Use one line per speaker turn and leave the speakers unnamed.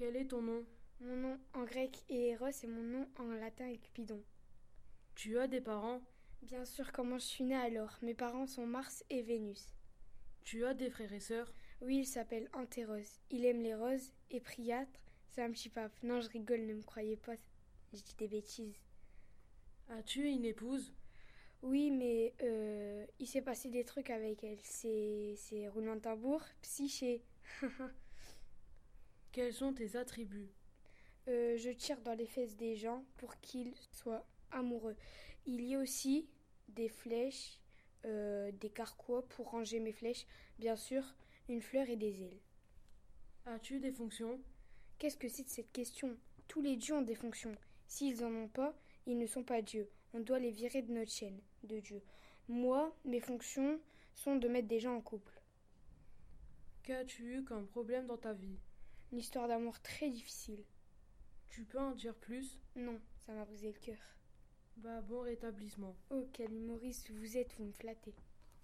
est ton nom
Mon nom en grec est Eros et mon nom en latin est Cupidon.
Tu as des parents
Bien sûr, comment je suis née alors Mes parents sont Mars et Vénus.
Tu as des frères et sœurs
Oui, il s'appelle Antéros. Il aime les roses et Priatre, c'est un petit pape. Non, je rigole, ne me croyez pas. Je dis des bêtises.
As-tu une épouse
Oui, mais euh, il s'est passé des trucs avec elle. C'est c'est roulant de tambour, psyché.
Quels sont tes attributs
Euh, je tire dans les fesses des gens pour qu'ils soient amoureux. Il y a aussi des flèches, euh, des carquois pour ranger mes flèches, bien sûr, une fleur et des ailes.
As-tu des fonctions
Qu'est-ce que c'est de cette question Tous les dieux ont des fonctions. S'ils en ont pas, ils ne sont pas dieux. On doit les virer de notre chaîne de dieu. Moi, mes fonctions sont de mettre des gens en couple.
Qu'as-tu eu comme problème dans ta vie
Une histoire d'amour très difficile.
Tu peux en dire plus
Non, ça m'a brisé le cœur.
Bah bon rétablissement.
Oh, quel humoriste vous êtes, vous me flattez.